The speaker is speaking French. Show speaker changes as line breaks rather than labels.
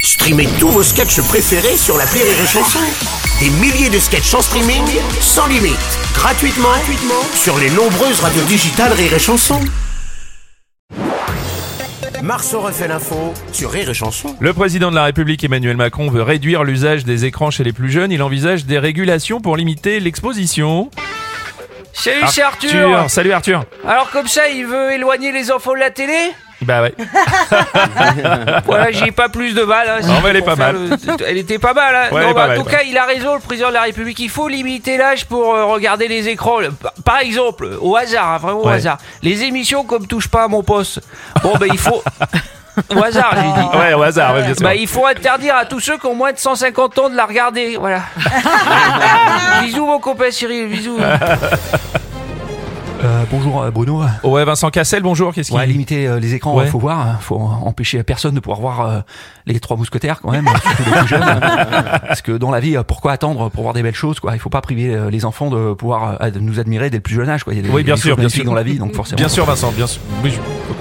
Streamez tous vos sketchs préférés sur la Rire et Chanson. Des milliers de sketchs en streaming, sans limite, gratuitement, gratuitement sur les nombreuses radios digitales Rire et Chanson. Marceau refait l'info sur Rire et Chanson.
Le président de la République Emmanuel Macron veut réduire l'usage des écrans chez les plus jeunes. Il envisage des régulations pour limiter l'exposition.
Salut, c'est Arthur.
Salut Arthur.
Alors comme ça, il veut éloigner les enfants de la télé
Bah ouais.
Voilà, j'ai pas plus de balles. hein,
Non, mais elle est
pour
pas
faire
mal.
le- Elle était pas mal. hein.
Ouais, elle
Non,
est pas
bah,
mal,
en tout
ouais.
cas, il a raison, le président de la République. Il faut limiter l'âge pour euh, regarder les écrans. Par- Par exemple, au hasard, hein, vraiment au
Ouais.
hasard. Les émissions comme touche pas à mon poste. Bon, ben il faut... au hasard, j'ai dit.
Ouais, au hasard, ouais, bien sûr.
Ah. Bah, il faut interdire à tous ceux qui ont moins de 150 ans de la regarder. Voilà. bisous, mon copain Cyril, bisous.
Euh, bonjour euh, Bruno.
Ouais, Vincent Cassel, bonjour. Qu'est-ce qu'il
Ouais, limiter euh, les écrans,
Ouais.
faut voir, hein, faut empêcher personne de pouvoir voir euh, les trois mousquetaires quand même, hein, surtout les plus jeunes. Parce que dans la vie, euh, pourquoi attendre pour voir des belles choses quoi Il faut pas priver euh, les enfants de pouvoir euh, ad- nous admirer dès le plus jeune âge quoi. Il y a des,
Oui, bien
des
sûr,
choses
bien
magnifiques
sûr.
dans la vie, donc forcément.
Bien sûr, Vincent, bien sûr. Oui, je peux